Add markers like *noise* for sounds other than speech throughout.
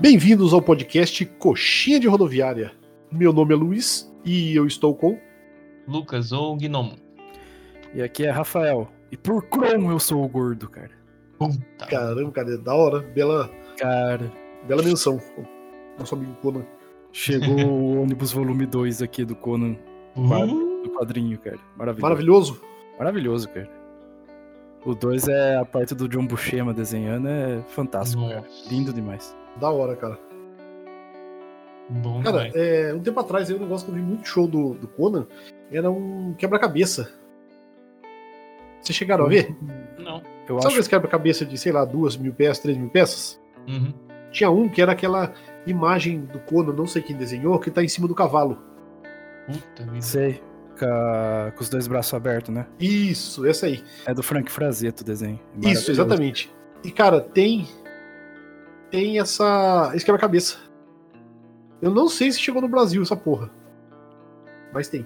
Bem-vindos ao podcast Coxinha de Rodoviária. Meu nome é Luiz e eu estou com. Lucas ou Gnomo. E aqui é Rafael. E por Chrome eu sou o gordo, cara. Puta. Caramba, cara, é da hora. Bela, Cara, bela menção. Nosso amigo Conan. chegou *laughs* o ônibus volume 2 aqui do Conan, Uh, do quadrinho, cara. Maravilhoso. Maravilhoso. Maravilhoso, cara. O 2 é a parte do John Buscema desenhando, é fantástico, cara. Nossa. Lindo demais. Da hora, cara. bom Cara, demais. é, um tempo atrás, aí, um negócio que eu vi muito show do, do Conan era um quebra-cabeça. Vocês chegaram a ver? Não. Hum, Eu Sabe acho. aqueles quebra-cabeça de, sei lá, duas mil peças, três mil peças? Uhum. Tinha um que era aquela imagem do Conan, não sei quem desenhou, que tá em cima do cavalo. Puta vida. Sei. Com, a- com os dois braços abertos, né? Isso, essa aí. É do Frank Frazetta o desenho. Isso, É Maravilhoso. exatamente. E, cara, tem. Tem essa. Esse quebra-cabeça. Eu não sei se chegou no Brasil essa porra. Mas tem.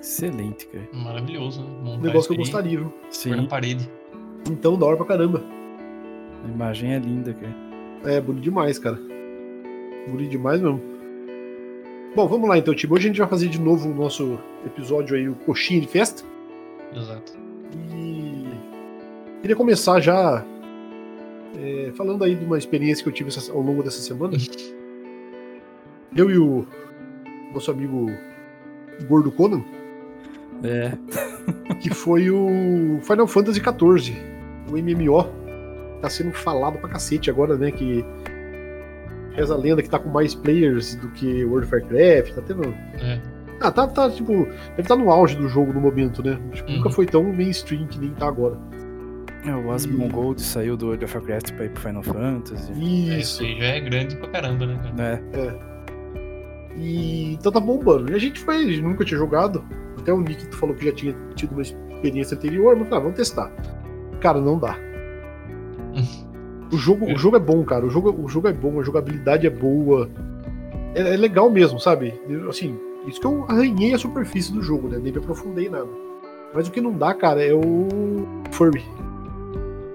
Excelente, cara. Maravilhoso, né? Um Montar negócio que eu isso aí, gostaria, viu? pôr Sim, na parede. Então, da hora pra caramba. a imagem é linda, cara. É, bonito demais, cara. Bonito demais mesmo. Bom, vamos lá então, time. Hoje a gente vai fazer de novo o nosso episódio aí, o Coxinha de Festa. Exato. E queria começar já é, falando aí de uma experiência que eu tive essa- ao longo dessa *laughs* semana. Eu e o nosso amigo Gordo Conan, É, que foi o Final Fantasy XIV, o MMO. Tá sendo falado pra cacete agora, né? Que reza a lenda que tá com mais players do que World of Warcraft. Tá tendo. É. Ah, tá, tá tipo. Deve estar no auge do jogo no momento, né? Tipo, Uhum. Nunca foi tão mainstream que nem tá agora. É, o Asmon Gold saiu do World of Warcraft pra ir pro Final Fantasy. É, Isso. Isso aí já é grande pra caramba, né, cara? Né? E então tá bombando. E a gente foi, a gente nunca tinha jogado. Até o Nick falou que já tinha tido uma experiência anterior, mas cara, vamos testar. Cara, não dá. O jogo, o jogo é bom, cara. O jogo, o jogo é bom, a jogabilidade é boa. É, é legal mesmo, sabe? Eu, Assim, isso que eu arranhei a superfície do jogo, né? Nem me aprofundei em nada. Mas o que não dá, cara, é o Furby.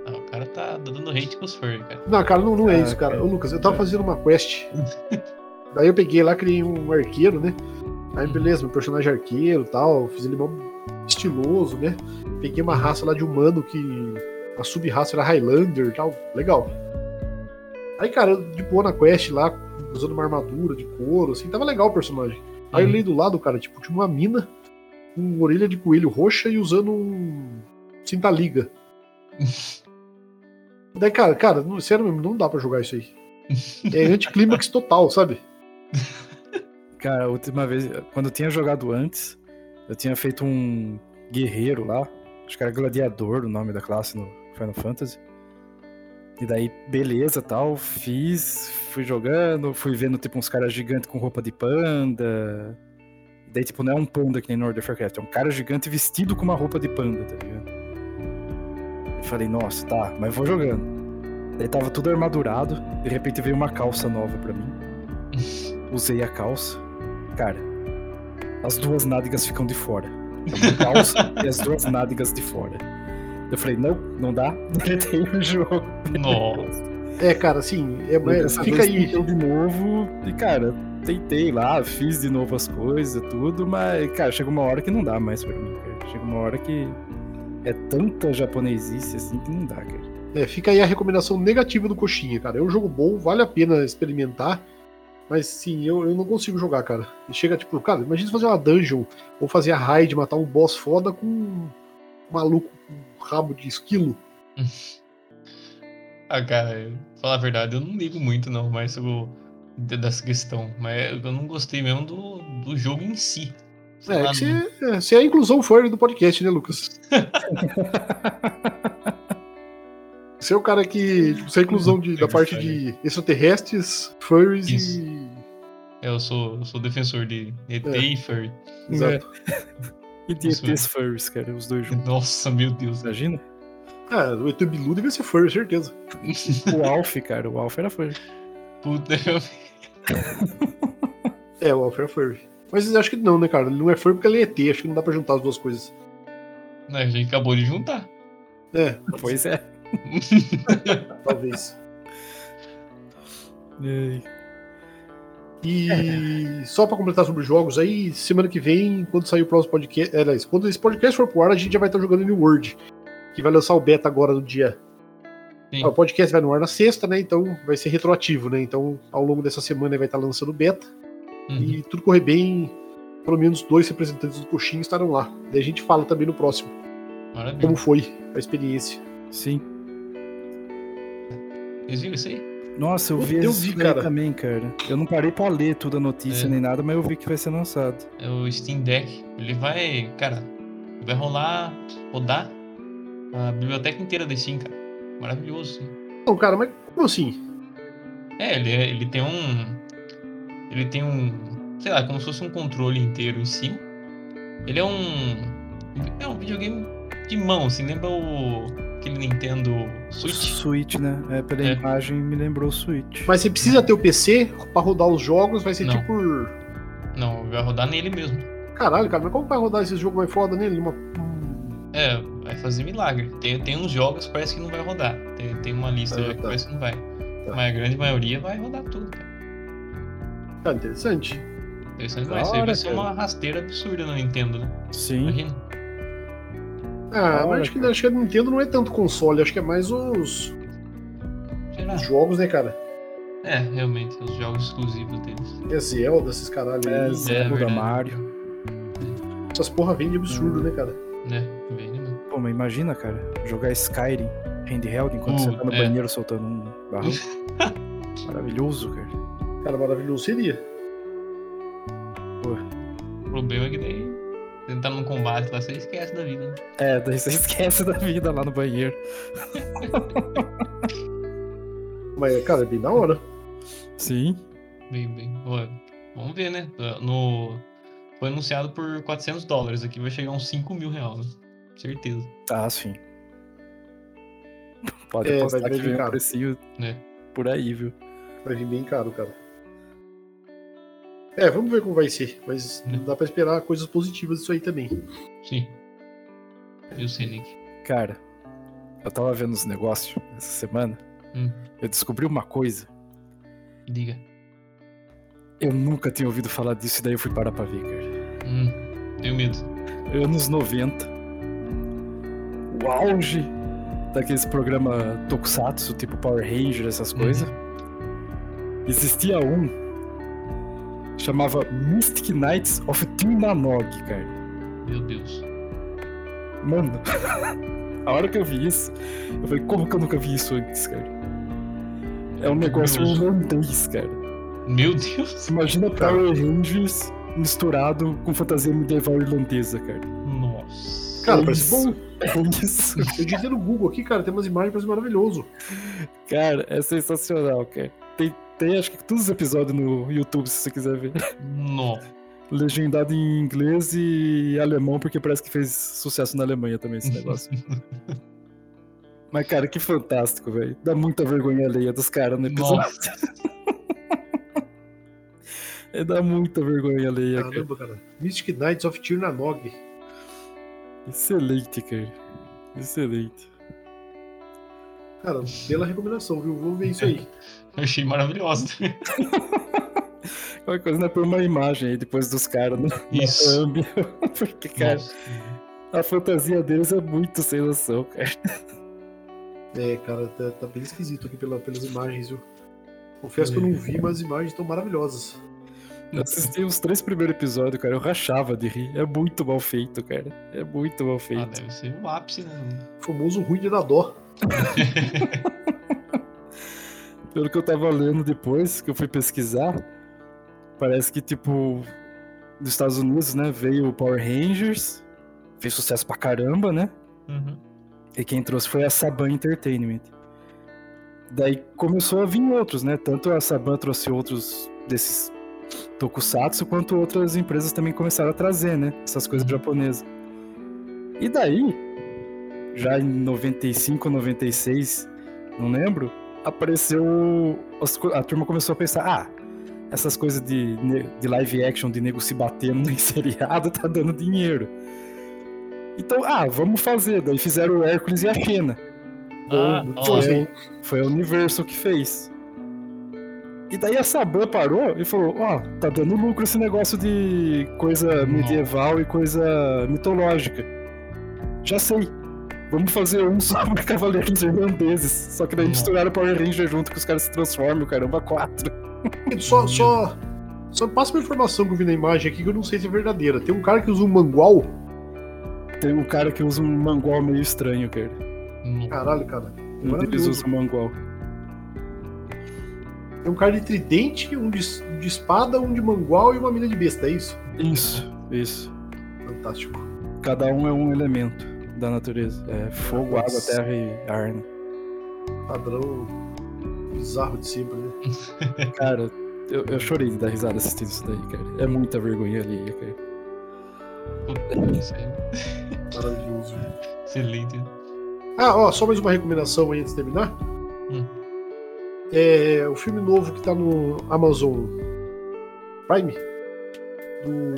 Ah, o cara tá dando hate com os furry, cara. Não, cara, não, não é Ah, isso, cara. cara. Ô, Lucas, eu tava fazendo uma *laughs* quest. Daí eu peguei lá, criei um arqueiro, né? Aí, Uhum. beleza, meu personagem é arqueiro e tal. Fiz ele mal estiloso, né? Peguei uma raça lá de humano que a sub-raça era Highlander e tal. Legal. Aí, cara, eu de boa na quest lá, usando uma armadura de couro, assim, tava legal o personagem. Aí eu Uhum. li do lado, cara, tipo, tinha uma mina com orelha de coelho roxa e usando um cinta-liga. Daí, cara, cara, não- sério mesmo, não dá pra jogar isso aí. É anticlímax total, sabe? Cara, a última vez, quando eu tinha jogado antes, eu tinha feito um guerreiro lá. Acho que era Gladiador o nome da classe no Final Fantasy. E daí, beleza, tal, fiz, fui jogando, fui vendo, tipo, uns caras gigantes com roupa de panda. E daí, tipo, não é um panda que nem no World of Warcraft, é um cara gigante vestido com uma roupa de panda, tá ligado? E falei, nossa, tá, mas vou jogando. Daí tava tudo armadurado, de repente veio uma calça nova pra mim. Usei a calça. Cara, as duas nádegas ficam de fora. *laughs* A calça e as duas nádegas de fora. Eu falei, não, não dá, *laughs* deletei o jogo. Né, Nossa. É, cara, assim, é, é- Dessa fica vez aí. tentei de novo. E, cara, tentei lá, fiz de novo as coisas, tudo, mas, cara, chega uma hora que não dá mais pra mim, cara. Chega uma hora que é tanta japonesice assim que não dá, cara. É, fica aí a recomendação negativa do Coxinha, cara. É um jogo bom, vale a pena experimentar. Mas sim, eu, eu não consigo jogar, cara. E chega tipo, cara, imagina fazer uma dungeon ou fazer a raid, matar um boss foda com um maluco com um rabo de esquilo. Ah, cara, eu- falar a verdade, eu não ligo muito, não, mas eu, de- dessa questão. Mas eu não gostei mesmo do, do jogo em si. Sei É, lá, que você, é, você é a inclusão furry do podcast, né, *laughs* Lucas? Você é o cara que. Tipo, você é a inclusão de- da parte de extraterrestres, furries Isso. e. é, eu sou, eu sou defensor de ET É. e furry. *laughs* É. Exato. E de Isso ETs Furries, cara, os dois juntos. Nossa, meu Deus. É. Imagina? Ah, o ET Bilu deve ser furry, certeza. O Alf, cara, o Alf era furry. Puta, *laughs* É, o Alpha é furry. Mas acho que não, né, cara? Ele não é furry porque ele é ET, acho que não dá pra juntar as duas coisas. né, a gente acabou de juntar. É, Pois é. talvez. Ei. E *laughs* só pra completar sobre os jogos aí, semana que vem, quando sair o próximo podcast, é, aliás, quando esse podcast for pro ar, a gente já vai estar jogando New World, que vai lançar o beta agora no dia. Sim. Ah, O podcast vai no ar na sexta, né? Então vai ser retroativo, né? Então ao longo dessa semana vai estar lançando o beta Uhum. e tudo correr bem, pelo menos dois representantes do coxinho estarão lá. Daí a gente fala também no próximo Uhum. Maravilha. como foi a experiência. Sim. Vocês viram isso aí? Nossa, eu vi Eu esse vi, daí cara. também, cara. Eu não parei pra ler toda a notícia É. nem nada, mas eu vi que vai ser lançado. É o Steam Deck. Ele vai, cara, vai rolar, rodar a biblioteca inteira da Steam, cara. Maravilhoso. Não, cara, mas como assim? É, ele, é- ele tem um. Ele tem um. Sei lá, como se fosse um controle inteiro em si. Ele é um. É um videogame de mão, assim, lembra o. aquele Nintendo Switch? Switch, né? É, pela É. imagem me lembrou Switch. Mas você precisa ter o PC pra rodar os jogos, vai ser Não. tipo por- Não, vai rodar nele mesmo. Caralho, cara, mas como vai rodar esse jogo mais foda nele? Numa... É, vai fazer milagre. Tem, tem uns jogos que parece que não vai rodar. Tem, tem uma É lista Ah, já que tá. parece que não vai. Tá. Mas a grande maioria vai rodar tudo, cara. Cara, Ah, interessante. Interessante Da demais. Isso aí hora, vai ser cara. uma rasteira absurda na Nintendo, né? Sim. Imagina. Ah, Da hora, mas acho que, acho que a Nintendo não é tanto console, acho que é mais os, Será? os jogos, né, cara? É, realmente, os jogos exclusivos deles. É Zelda, esses caralho É, aí. Zelda, verdade. Mario. Essas porra vêm de Hum. absurdo, né, cara? Né? Bem, né? Pô, mas imagina, cara, jogar Skyrim handheld enquanto você Uh, tá no é. banheiro soltando um *laughs* barro. Maravilhoso, cara. Cara, maravilhoso seria. O problema é que daí você tá num combate lá, você esquece da vida, né? É, daí você *laughs* esquece da vida lá no banheiro. Mas, cara, é bem da hora. Sim. Bem, bem. Ó, Vamos ver, né? No... Foi anunciado por 400 dólares. Aqui vai chegar uns 5 mil reais, né? Certeza. Tá, sim. Pode É, apostar vai que ver de vem um cara. precinho É. por aí, viu? Vai vir bem caro, cara. É, vamos ver como vai ser. Mas Hum. dá pra esperar coisas positivas disso aí também. Sim. Eu sei, Nick. Cara, eu tava vendo os negócios essa semana. Hum. Eu descobri uma coisa. Diga. Eu nunca tinha ouvido falar disso e daí eu fui parar pra ver, cara. Hum, tenho medo. Anos 90. O auge daqueles programa Tokusatsu, tipo Power Ranger, essas Uhum. coisas. Existia um. Chamava Mystic Knights of Tilmanog, cara. Meu Deus. Mano, *laughs* a hora que eu vi isso, eu falei, como que eu nunca vi isso antes, cara? É um negócio Curioso. irlandês, cara. Meu Deus. Imagina Tá. Power Rangers misturado com fantasia medieval irlandesa, cara. Nossa. Cara, É parece isso. bom. *laughs* É isso. Eu digitei no Google aqui, cara, tem umas imagens, parece maravilhoso. Cara, é sensacional, cara. Tem, tem acho que todos os episódios no YouTube, se você quiser ver. *laughs* Nossa. Legendado em inglês e alemão, porque parece que fez sucesso na Alemanha também esse *laughs* negócio. Mas, cara, que fantástico, velho. Dá muita vergonha alheia dos caras né? no episódio. Nossa. É, dá muita vergonha alheia, cara. Caramba, cara. Mystic Knights of Tirnanog. Excelente, cara. Excelente. Cara, pela recomendação, viu? Vou ver isso aí. Eu *laughs* achei maravilhosa. Qualquer coisa, né? Por uma imagem aí depois dos caras no Isso. câmbio. Porque, cara, Nossa. Ah, a fantasia deles é muito sem noção, cara. É, cara, tá, tá bem esquisito aqui pela- pelas imagens, viu? Confesso que eu não Uhum. vi, mas as imagens estão maravilhosas. Eu assisti os três primeiros episódios, cara. Eu rachava de rir. É muito mal feito, cara. É muito mal Ah, feito. deve ser o ápice, né? O famoso ruim de dar dó. Pelo que eu tava lendo depois, que eu fui pesquisar, parece que, tipo, dos Estados Unidos, né? Veio o Power Rangers. Fez sucesso pra caramba, né? Uhum. E quem trouxe foi a Saban Entertainment. Daí começou a vir outros, né? Tanto a Saban trouxe outros desses tokusatsu, quanto outras empresas também começaram a trazer, né? Essas coisas japonesas. E daí, já em 95, 96, não lembro, apareceu. as co- A turma começou a pensar: ah, essas coisas de, ne- de live action, de nego se batendo em *laughs* seriado, tá dando dinheiro. Então, ah, vamos fazer. Daí fizeram o Hércules e a Xena. Ah, Bom, ó, foi. Foi a Universal que fez. E daí a Saban parou e falou: Ó, tá dando lucro esse negócio de coisa medieval e coisa mitológica. Já sei. Vamos fazer um *laughs* sobre cavaleiros irlandeses. Só que daí Nossa. misturaram Power Ranger junto que os caras se transformam, caramba, quatro. Só, só, só passa uma informação que eu vi na imagem aqui que eu não sei se é verdadeira. Tem um cara que usa um mangual. Tem um cara que usa um mangual meio estranho, cara. Não. Caralho, cara. Um deles Maravilhoso. usa um mangual. Tem um cara de tridente, um de, de espada, um de mangual e uma mina de besta, é isso? Isso, isso. Fantástico. Cada um é um elemento da natureza. É fogo, água, Nossa. terra e ar, né? Padrão bizarro de sempre, né? Cara, eu, eu chorei de dar risada assistindo isso daí, cara. É muita vergonha ali, cara. Ah. Puta, isso é Maravilhoso. Excelente. Ah, ó, só mais uma recomendação aí antes de terminar. Hum. É o filme novo que tá no Amazon Prime do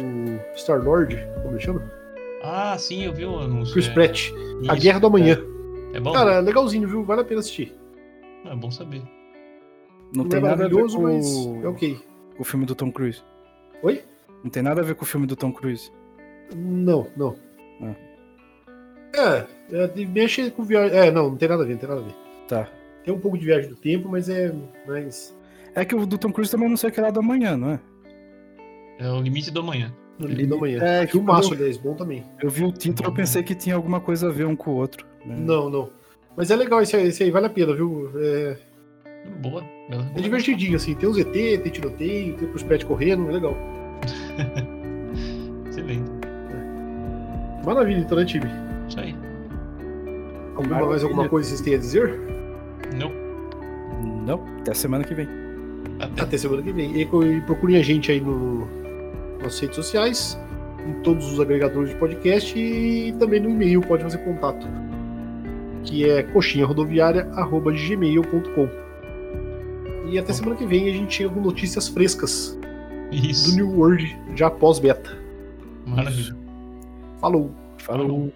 Star Lord, como ele chama? Ah, sim, eu vi o anúncio. Chris é. Pratt. A Isso, Guerra do Amanhã. É bom? Cara, é legalzinho, viu? Vale a pena assistir. É bom saber. Não, Não, tem é nada a ver maravilhoso, com mas é o- ok. com o filme do Tom Cruise. Oi? Não tem nada a ver com o filme do Tom Cruise. Não, não. Ah. É, é, mexe com viagem. É, não, não tem nada a ver, não tem nada a ver. Tá. Tem um pouco de viagem do tempo, mas é. Mas. É que o do Tom Cruise também não sei o que lá do amanhã, não é? É o limite do amanhã. No limite da manhã. É, que Que o maço, quando aliás, bom também. Eu vi o título, eu pensei que tinha alguma coisa a ver um com o outro. né? Não, não. Mas é legal esse aí, esse aí vale a pena, viu? É, Boa. bela- é divertidinho, assim. Tem os ET, tem tiroteio, tem os pets correndo, é legal. Excelente. Maravilha, então, né, time? Isso aí. Alguma, mais Maravilha. alguma coisa vocês têm a dizer? Não. Não, até semana que vem. Até. Até semana que vem. E, co- e procurem a gente aí no, nas redes sociais, em todos os agregadores de podcast e também no e-mail pode fazer contato, que é coxinharodoviária.gmail.com E até semana que vem a gente chega com notícias frescas do Isso. New World já pós-beta. Maravilha. Falou! Falou.